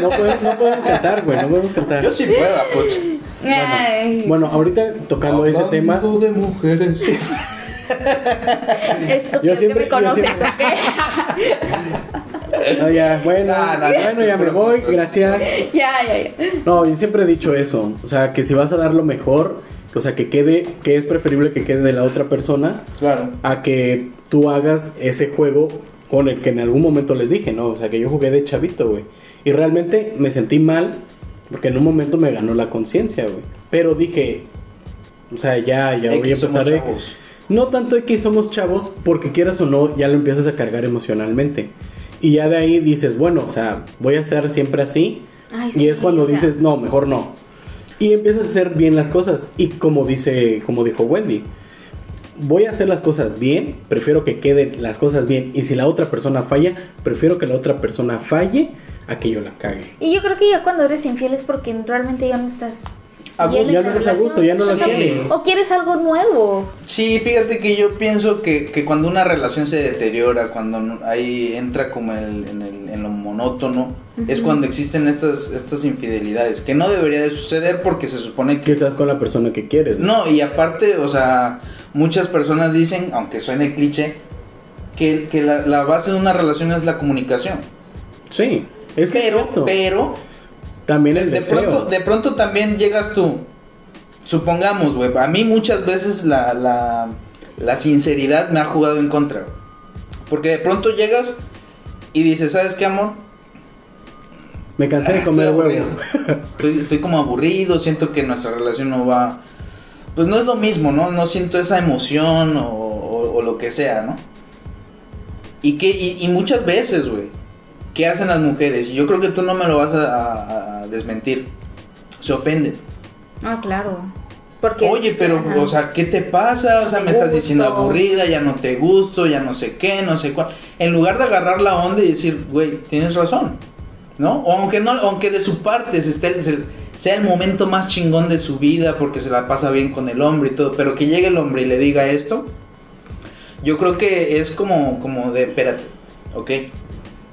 no podemos, no podemos cantar, güey, no podemos cantar.
Yo sí puedo, puch.
Ay,
Bueno, ahorita tocando ese tema,
Hablando de mujeres.
estúpido
yo siempre-
que me
yo
conoces.
siempre-
¿o qué?
no, ya, bueno,
No, no, no,
bueno, ya me
pero-
voy, gracias.
ya, ya, ya.
No, yo siempre he dicho eso, o sea, que si vas a dar lo mejor, o sea, que quede, que es preferible que quede de la otra persona
Claro.
a que tú hagas ese juego con el que en algún momento les dije, ¿no? O sea, que yo jugué de chavito, güey. Y realmente me sentí mal porque en un momento me ganó la conciencia, güey. Pero dije, o sea, ya, ya voy a
X somos
empezar de...
chavos.
No tanto de que somos chavos, porque quieras o no, ya lo empiezas a cargar emocionalmente. Y ya de ahí dices, bueno, o sea, voy a estar siempre así.
Ay,
y
sí,
es cuando
o sea,
dices, no, mejor no. Y empiezas a hacer bien las cosas. Y como dice, como dijo Wendy, voy a hacer las cosas bien, prefiero que queden las cosas bien. Y si la otra persona falla, prefiero que la otra persona falle a que yo la cague.
Y yo creo que ya cuando eres infiel es porque realmente ya no estás
A
bien
gusto.
en
Ya
la
no estás a
relación.
gusto, ya no la
O sea,
quieres.
O quieres algo nuevo.
Sí, fíjate que yo pienso que, que cuando una relación se deteriora, cuando no- ahí entra como el- en, el- en lo monótono, es cuando existen estas, estas infidelidades, que no debería de suceder porque se supone
Que
que...
estás con la persona que quieres. ¿no?
No, y aparte, o sea, muchas personas dicen, aunque suene cliché, que, que la, la base de una relación es la comunicación.
Sí. Es que es
Pero,
cierto.
pero,
también
de,
el
de
deseo.
pronto, de pronto también llegas tú. Supongamos, güey, a mí muchas veces la, la, la sinceridad me ha jugado en contra. güey. Porque de pronto llegas y dices, ¿sabes qué, amor?
Me cansé de
Ah,
comer
estoy
huevo.
aburrido. Estoy, estoy como aburrido, siento que nuestra relación no va... Pues no es lo mismo, ¿no? No siento esa emoción o, o- o lo que sea, ¿no? Y, que, y, y muchas veces, güey, ¿qué hacen las mujeres? Y yo creo que tú no me lo vas a, a- a desmentir. Se ofenden.
Ah, claro. Porque,
Oye, pero,
Ajá.
o sea, ¿qué te pasa? O sea,
Te
me estás
gusto.
diciendo aburrida, ya no te gusto, ya no sé qué, no sé cuál. En lugar de agarrar la onda y decir, güey, tienes razón, ¿no? O aunque, no, aunque de su parte se esté- se- sea el momento más chingón de su vida porque se la pasa bien con el hombre y todo, pero que llegue el hombre y le diga esto, yo creo que es como, como de, espérate, ¿ok?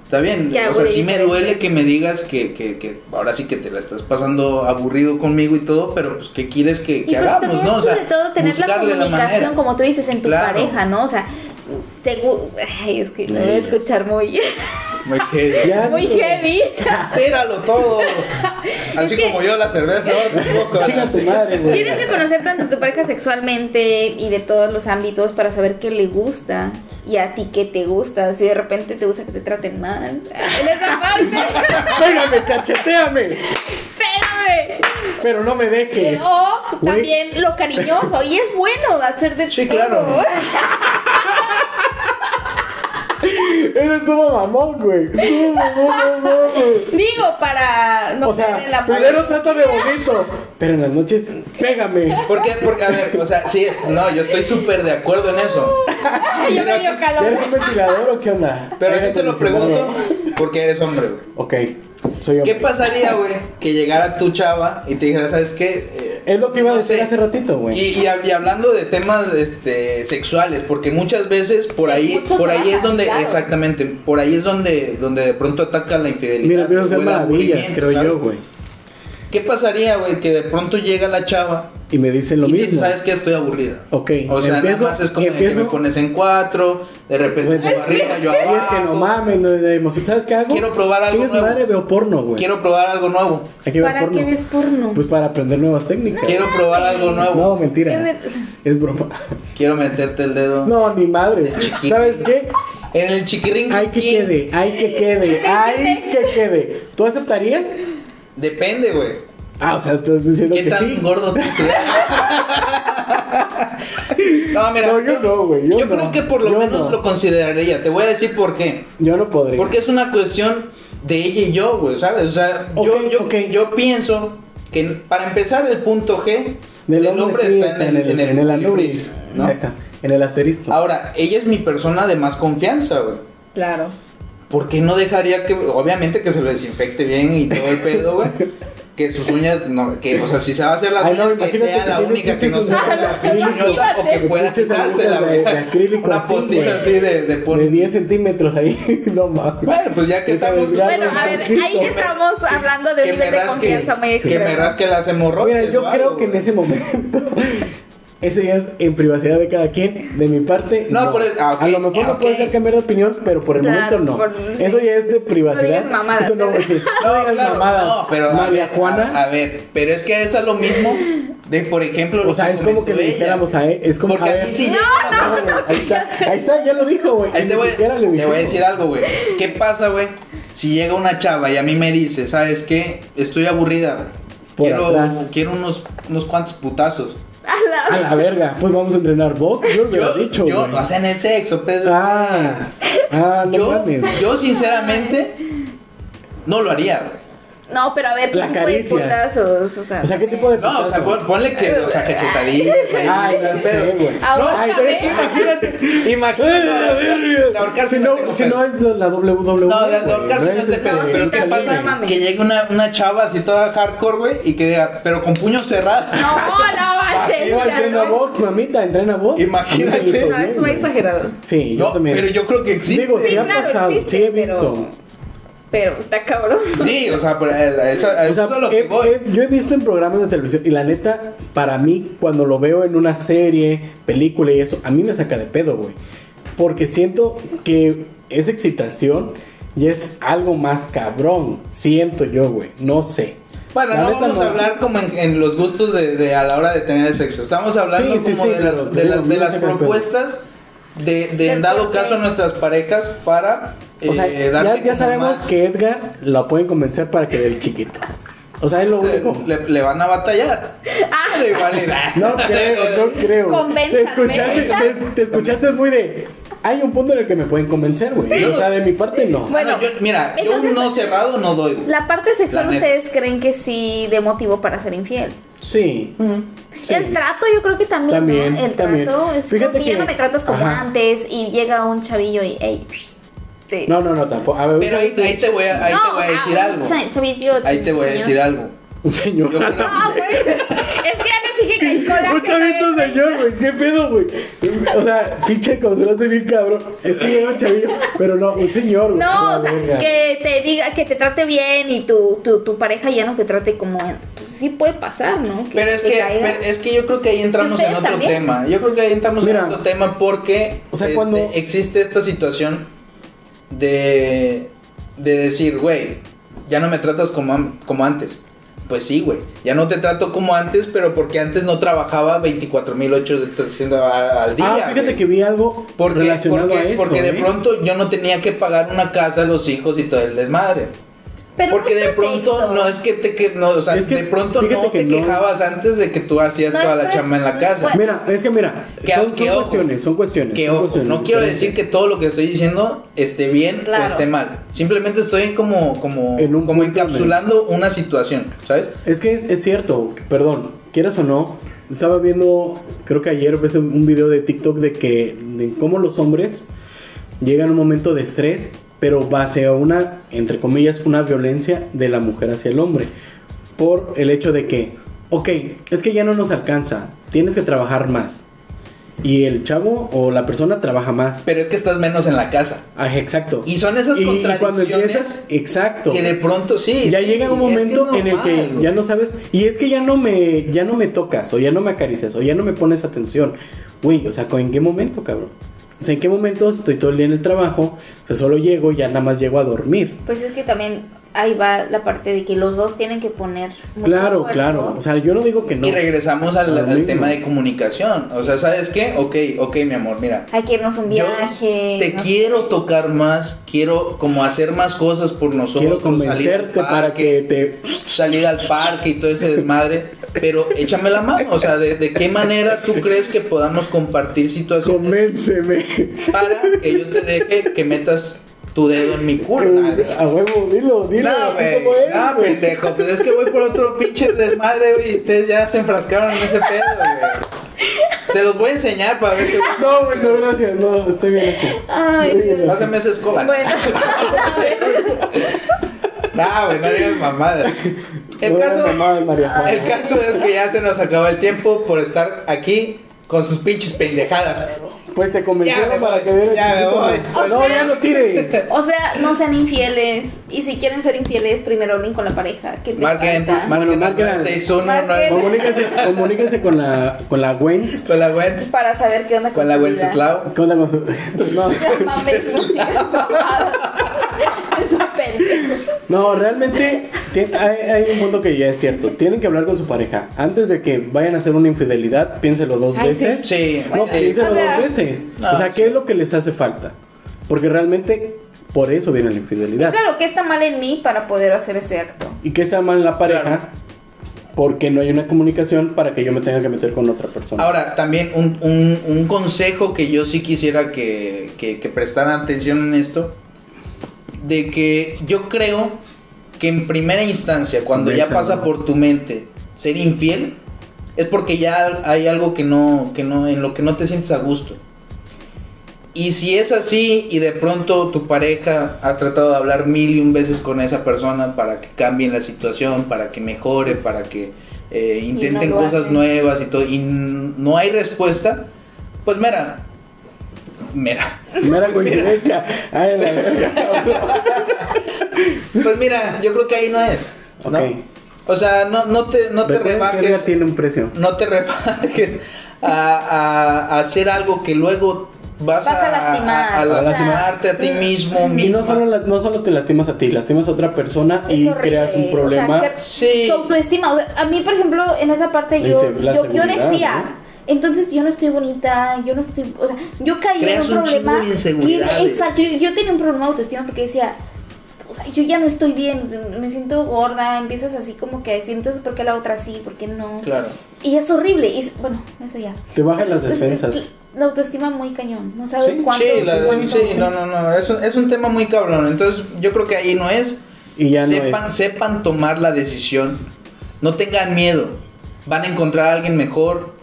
Está bien,
Ya,
o sea,
güey,
sí me
diferente.
duele que me digas que, que, que ahora sí que te la estás pasando aburrido conmigo y todo, pero pues ¿qué quieres que,
y
que
pues
hagamos,
también,
¿no? O sea,
sobre todo tener la
buscarle
comunicación,
manera.
como tú dices, en tu
Claro.
pareja, ¿no? O sea, te gu- Ay, es que me voy a
Ey.
escuchar muy,
Muy heavy.
Ya,
muy heavy.
Tíralo todo. Así
que-
como yo la cerveza, tampoco.
Chinga tu madre, güey.
Tienes que conocer tanto a tu pareja sexualmente y de todos los ámbitos para saber qué le gusta y a ti qué te gusta. Si de repente te gusta que te traten mal, en esa parte,
Pégame, cacheteame,
espérame.
pero no me dejes.
O
Este, Güey.
también lo cariñoso. Y es bueno hacer de
Sí,
todo.
claro.
Eso estuvo mamón, güey. Estuvo mamón, mamón, güey.
Digo, para no
O
caer en
sea,
la
primero trátame bonito, pero en las noches, pégame.
Porque, porque, a ver, o sea, sí, no, yo estoy súper de acuerdo en eso.
Ay, ya me dio
¿Ya
calor.
eres un ventilador o qué onda?
Pero
Aire
yo te lo pregunto
acondicionado.
porque eres hombre, güey.
Ok, soy yo.
¿Qué pasaría, güey, que llegara tu chava y te dijera, ¿sabes qué? Eh,
Es lo que iba a
No
decir
sé.
hace ratito,
Y,
güey.
y hab- y hablando de temas este, sexuales, porque muchas veces por
Sí,
ahí,
muchos
por ahí
bajan,
es donde,
claro.
exactamente, por ahí es donde, donde de pronto ataca la infidelidad.
Mira, empiezan a
o
hacer
el
maravillas,
aburrimiento,
creo
¿sabes?
yo, güey.
¿Qué pasaría, güey, que de pronto llega la chava
Y me dicen lo
y dice,
mismo.
sabes que estoy aburrida?
Ok,
O sea,
empiezo,
nada más es como de
empiezo-
que me pones en cuatro, de repente
Güey,
tú arriba, yo
Y es que no
abajo,
mames, no de emoción. ¿Sabes qué hago?
Quiero probar algo
Chingues
nuevo.
madre, veo porno, güey.
quiero probar algo nuevo,
Hay que ver
¿Para
porno.
qué ves porno?
Pues para aprender nuevas técnicas.
quiero probar algo nuevo,
No, mentira. Es broma.
quiero meterte el dedo
No, ni madre. güey. ¿Sabes qué?
en el chiquirín
Hay que
chiquín.
quede, hay que quede, hay que quede. ¿Tú aceptarías?
Depende, güey.
Ah, o sea, estás diciendo
¿Qué
que
tan
sí.
gordo te No, mira.
No, yo no, güey, yo
Yo
no.
creo que por lo
Yo
menos
no.
lo consideraría. Te voy a decir por qué.
Yo no podría.
Porque es una cuestión de ella y yo, güey, ¿sabes? O sea,
Ok,
yo, yo,
ok.
yo pienso que para empezar el punto G
Del
del hombre
sí,
está en el, en el,
anubis,
anubis, ¿no?
Exacto, en el asterisco.
Ahora, ella es mi persona de más confianza, güey.
Claro.
¿Por qué no dejaría que, obviamente que se lo desinfecte bien y todo el pedo, güey? Que sus uñas, no, que, o sea, si se va a hacer las
Ay, no,
uñas, que
imagínate
sea
que
la
tiene
única que no se
pinches
haga
uñas
la
de
pinche
acrílico.
uñota o que pueda
Pinches uñas
quitársela,
de-
güey.
de acrílico,
Una
así, güey.
postiza así de, de por-
de 10 centímetros ahí, no mames.
Bueno, pues ya que
Está
estamos-
delgado,
Bueno, a ver,
marquito.
ahí estamos hablando de un
que me
nivel de
rasque,
confianza
que
muy
me
extremo.
rasque las hemorroides.
Mira, yo
o algo,
creo que en
güey.
ese momento, ese ya es en privacidad de cada quien, de mi parte.
No, por el- ah, ok,
A lo mejor
ah,
no
ok.
puede ser cambiar de opinión, pero por el momento
Claro,
no.
por-
Eso ya es de
No
privacidad.
digas mamadas.
Eso no, sí.
No,
digas
claro,
mamadas.
no, pero a
María
ver,
Juana.
A, a ver, pero es que eso es lo mismo de, por ejemplo, lo
o sea, es como que
comentó
le
ella.
dijéramos a él. Es como
Porque
a
a
ver,
mí sí llega la-
güey, ahí está, ahí está, ya lo dijo, güey.
Ahí
y
te
ni
voy,
siquiera le
te voy
dijimos.
a decir algo, güey. ¿Qué pasa, güey? Si llega una chava y a mí me dice, ¿sabes qué? Estoy aburrida, güey.
Por atrás.
Quiero, quiero unos, unos cuantos putazos.
A la verga, pues vamos a entrenar box. Yo lo hubiera dicho,
yo,
güey.
o sea, en el sexo, Pedro.
Ah, ah, no
yo,
mames.
yo, sinceramente, no lo haría, güey.
No, pero a ver, ¿qué
La
tipo de
caricia.
putazos? O sea,
O sea, ¿qué tipo de
No, o sea,
putazo?
pon- ponle que, o sea, cachetadilla.
Ay, ya sé, güey.
No,
Ahora,
ay, pero es que imagínate, imagínate. de ahorcarse
Si
tengo
no, si
pedo.
no es lo- la WWE.
No, de
güey,
ahorcarse no es de
este,
pedo,
sí,
pero
lucha
¿qué
también,
pasa?
no mames.
Que llegue una, una chava así toda hardcore, güey, y que diga, pero con puño cerrado.
No, no, manches.
Iba,
o sea,
entrena
no,
box, mamita, entrena box.
Imagínate.
A mí me hizo
no,
bien,
es muy
güey.
exagerado.
Sí, yo
No,
también.
pero yo creo que existe.
Digo, pues, sí,
Sí,
ha
claro,
pasado, sí he
existe, pero-
visto.
Pero está cabrón.
Sí, o sea, pero a eso, a
O sea, eh,
eso es lo que
he-
voy.
he- yo he visto en programas de televisión y la neta, para mí, cuando lo veo en una serie, película y eso, a mí me saca de pedo, güey. Porque siento que es excitación y es algo más cabrón. Siento yo, güey. No sé.
Bueno,
La
no
neta,
vamos a hablar como en, en los gustos de, de a la hora de tener el sexo. Estamos hablando
Sí, sí,
como
sí,
de, las-
claro,
de
te
las-
digo,
de
no
las
sé qué pedo.
propuestas de, de, en
Del
dado
por
caso
qué.
nuestras parejas para
O sea,
eh,
ya,
darle
ya
como
sabemos
más-
que Edgar la pueden convencer para que dé el chiquito. O sea, es lo
le,
único.
le- le van a batallar.
Ah,
Pero igual y-
No creo, no creo. Te
Convénzame.
escuchaste, te, te escuchaste muy de. Hay un punto en el que me pueden convencer, güey. O sea, de mi parte no.
Bueno,
Ah, no, yo- mira, yo
entonces- eh,
un no cerrado no doy. güey.
La parte sexual
La neta.
ustedes creen que sí de motivo para ser infiel.
Sí. Sí.
El trato yo creo que también, ¿no?
También,
El
también.
trato es
Fíjate
porque
que-
ya no me tratas como
Ajá.
antes y llega un chavillo y ey. te-
No, no, no, tampoco. A ver,
Pero ahí, ahí te voy a, ahí
No, ah,
te voy a
o sea,
decir
un
algo.
cha- chavillo,
Ahí te voy a
señor. Ah,
decir algo.
un señor.
Yo creo-
No, güey. Es que ya le sigue el coraje. este
Un chavito
güey.
señor, güey, qué pedo, güey. O sea, pinche conservante bien cabrón. Es que era un chavito, pero no, un señor, güey. Ah,
No, o sea,
Verga.
que te diga, que te trate bien y tu, tu, tu pareja ya no te trate como. pues, sí puede pasar, ¿no?
Pero es que,
caigas.
pero es que yo creo que ahí entramos en
¿Ustedes
otro
también?
tema. Yo creo que ahí entramos
Mira,
en otro tema porque
o sea,
este,
cuando-
existe esta situación de, de decir, güey, ya no me tratas como, am- como antes. Pues sí, güey. Ya no te trato como antes, pero porque antes no trabajaba 24.800 a- al día.
Ah, fíjate
güey.
que vi algo
Porque,
relacionado
porque,
a eso.
porque de
¿eh?
pronto yo no tenía que pagar una casa, los hijos y todo el desmadre.
Pero pues
porque
no es
de pronto
pretexto.
no es que te que no, o sea,
Es que
de pronto
fíjate
no
que
te
no.
quejabas antes de que tú hacías
No,
toda la
espera,
chamba en la casa.
bueno,
Mira, es que mira,
Que-
son,
que
son
ojo.
cuestiones, son cuestiones.
que
son
ojo,
cuestiones
no quiero
diferentes.
decir que todo lo que estoy diciendo esté bien
Claro.
o esté mal. Simplemente estoy como como
En un
como
punto medio.
encapsulando una situación, ¿sabes?
Es que es, es cierto, perdón, quieras o no, estaba viendo, creo que ayer ves un un video de TikTok de que de cómo los hombres llegan a un momento de estrés, pero base a una, entre comillas, una violencia de la mujer hacia el hombre, por el hecho de que ok, es que ya no nos alcanza, tienes que trabajar más. Y el chavo o la persona trabaja más.
Pero es que estás menos en la casa.
Ah, exacto.
Y son esas
Y- y
contradicciones
cuando empiezas, exacto.
que de pronto sí.
ya
sí,
llega un
es que es
momento en el
normal,
que
güey.
ya no sabes y es que ya no me ya no me tocas o ya no me acaricias o ya no me pones atención uy o sea ¿con- en qué momento cabrón o sea en qué momento estoy todo el día en el trabajo o sea solo llego y ya nada más llego a dormir
Pues es que también ahí va la parte de que los dos tienen que poner. mucho
claro
esfuerzo.
claro o sea yo no digo que no
Y regresamos al,
Lo
al
mismo.
tema de comunicación. O sea, ¿sabes qué? Ok, ok, mi amor, mira.
Hay que irnos un
Yo
viaje.
te
no sé.
quiero tocar más, quiero como hacer más cosas por nosotros.
quiero
salir al
convencerte para que
parque,
te
Salir al parque y todo ese desmadre. Pero échame la mano, o sea, ¿de, de qué manera tú crees que podamos compartir situaciones
convénceme
para que yo te deje que metas tu dedo en mi culo?
a huevo dilo dilo
¿eh? No,
así
güey,
como es,
no,
güey.
pendejo, pues es que voy por otro pinche desmadre, güey, y ustedes ya se enfrascaron en ese pedo, güey. Se los voy a enseñar para ver qué...
no güey no gracias no estoy bien así Estoy
Ay,
bien así.
Pásame esa escoba.
bueno.
No, güey, no digas mamadas. El
No,
caso,
mamá de María Juana.
el caso es que ya se nos acabó el tiempo por estar aquí con sus pinches pendejadas.
Pues
Ya
te
me
convencieron para
voy,
que diera
ya me
chiquito,
voy.
¿no? No, ya no tire.
O sea, no sean infieles. Y si quieren ser infieles, primero hablen con la pareja. Que te
Marquen,
falta.
marquen,
Bueno, marquen.
marquen. 619
Marquen.
Comuníquense, comuníquense con la con la Wenz.
con la Wentz,
Para saber qué onda con,
con la
su vida.
Wenceslao.
¿Qué onda con- No,
Mames, Es un pendejo.
no, realmente ti- hay, hay un punto que ya es cierto. Tienen que hablar con su pareja. Antes de que vayan a hacer una infidelidad, piénselo dos
Ay, sí.
veces.
Sí,
No,
sí.
piénselo
O sea,
dos veces.
no,
o sea, ¿qué es lo que les hace falta? Porque realmente por eso viene la infidelidad.
Claro, ¿qué está mal en mí para poder hacer ese acto?
¿Y qué está mal en la pareja?
Claro.
Porque no hay una comunicación para que yo me tenga que meter con otra persona.
Ahora, también un, un- un consejo que yo sí quisiera que, que, que prestaran atención en esto, de que yo creo que en primera instancia, cuando ya
Convénzalo.
pasa por tu mente ser infiel, es porque ya hay algo que no, que no, en lo que no te sientes a gusto. Y si es así y de pronto tu pareja has tratado de hablar mil y un veces con esa persona para que cambien la situación, para que mejore, para que eh, intenten
lo
cosas
hacen.
nuevas y todo, y n- no hay respuesta, pues mira, mira,
Mera coincidencia. Ay, la verga.
pues mira, yo creo que ahí no es. ¿no?
Ok.
O sea, no, no te, no te
Recuerden que ella
rebajes.
tiene un precio.
no te rebajes a, a- a hacer algo que luego vas,
Vas a lastimar,
a,
o sea. mm.
lastimarte a ti mismo.
Y no
misma.
solo, la- no solo te lastimas a ti, lastimas a otra persona
Es
y
horrible,
creas un
o sea,
problema.
que-
Sí.
Su autoestima. O sea, a mí, por ejemplo, en esa parte
La
yo,
inse- la
yo, yo
seguridad,
decía.
¿no?
Entonces yo no estoy bonita, yo no estoy, o sea, yo caí
Creas
en
un
un problema.
chingo de inseguridades.
que- exacto, yo, yo tenía un problema de autoestima porque decía, o sea, yo ya no estoy bien, me siento gorda, empiezas así como que a decir, entonces ¿por qué la otra sí? ¿Por qué no?
Claro.
Y es horrible, y es- bueno, eso ya.
Te bajan las
Es- es- es-
defensas.
La autoestima muy cañón, no sabes
Sí,
cuánto.
Sí, la-
cuánto-
sí, no, no, no. Es un, es un tema muy cabrón. Entonces, yo creo que ahí no es.
Y ya no
sepan,
es.
sepan tomar la decisión. No tengan miedo. Van a encontrar a alguien mejor.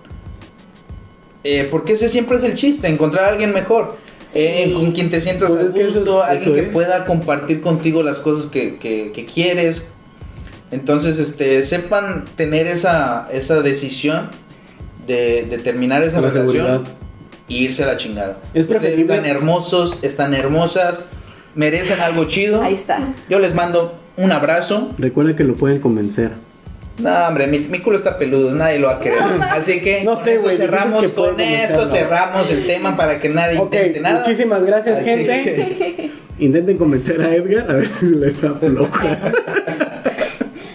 Eh, porque ese siempre es el chiste, encontrar a alguien mejor.
Sí.
Eh, con quien te sientas
Pues
a
es que eso-
gusto, alguien
eso
que
es.
pueda compartir contigo las cosas que, que- que quieres. Entonces, este, sepan tener esa, esa decisión de, de terminar esa
La
relación
seguridad.
y irse a la chingada.
Es
Ustedes
preferible-
Están hermosos, están hermosas, merecen algo chido.
Ahí está.
Yo les mando un abrazo.
Recuerda que lo pueden convencer.
No, hombre, mi, mi culo está peludo, nadie lo va a querer. Así que
No
con
sé,
eso
güey, dijiste
cerramos
que
con
podemos
esto,
hacerlo.
cerramos el tema para que nadie
Ok,
intente nada.
muchísimas gracias,
Así
gente. Intenten convencer a Edgar a ver si les afloja.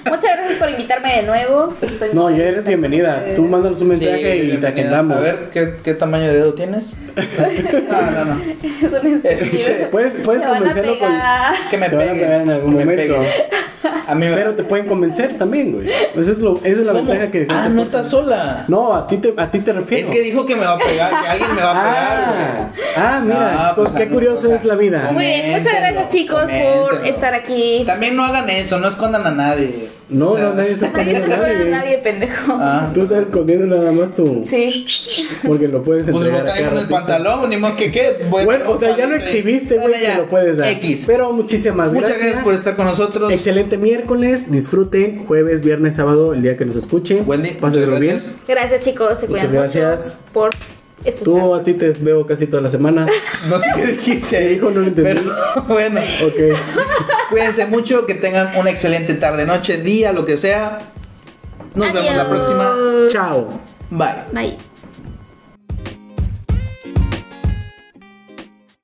Muchas gracias por invitarme de nuevo. Estoy
No,
muy
ya eres
contenta con
bienvenida.
ustedes.
Tú mándanos un
Sí,
mensaje y
bienvenida.
te agendamos.
A ver, ¿qué, qué tamaño de dedo tienes? no, no, no.
Es una
pues,
estúpida.
Puedes, puedes
Te van a
convencerlo con.
pegar.
Que me
Te van a
peguen,
pegar en algún
que me
momento.
peguen. A mí me
Pero te pueden convencer también, güey. Esa es, lo, esa es la
¿Cómo?
ventaja que.
Ah, no estás sola.
No, a ti te, a ti te refiero.
Es que dijo que me va a pegar, que alguien me va a pegar.
Ah,
güey.
ah, mira,
No, pues,
qué
no,
curiosa
o sea,
es la vida.
¿cómo?
Muy bien, muchas
Coméntenlo,
gracias chicos
coméntenlo.
por estar aquí.
También no hagan eso, no escondan a nadie.
No,
O sea,
no, nadie está
Nadie
escondiendo a
te
nadie.
nadie, pendejo.
Ah,
Tú estás escondiendo nada más tú.
Sí.
Porque lo puedes
pues
entregar
lo
a
traigo en
cada
el
ratito.
pantalón, ni más que qué. Voy a
Bueno, o sea,
traer
ya
un
lo
pantalón.
exhibiste, güey,
Bueno, ya,
te lo puedes dar.
X.
Pero pues, muchísimas
Muchas gracias por estar con nosotros.
Excelente miércoles. Disfruten jueves, viernes, sábado, el día que nos escuchen.
Wendy,
pásenlo
muchas
bien.
gracias.
Gracias, chicos. Se
Muchas
cuidan
gracias.
mucho por escuchar.
Tú a ti te veo casi toda la semana.
No sé qué dijiste
¿Qué dijo? No lo entendí.
Pero bueno,
Ok.
cuídense mucho, que tengan una excelente tarde, noche, día, lo que sea. Nos vemos la
Adiós.
próxima.
Chao.
Bye.
Bye.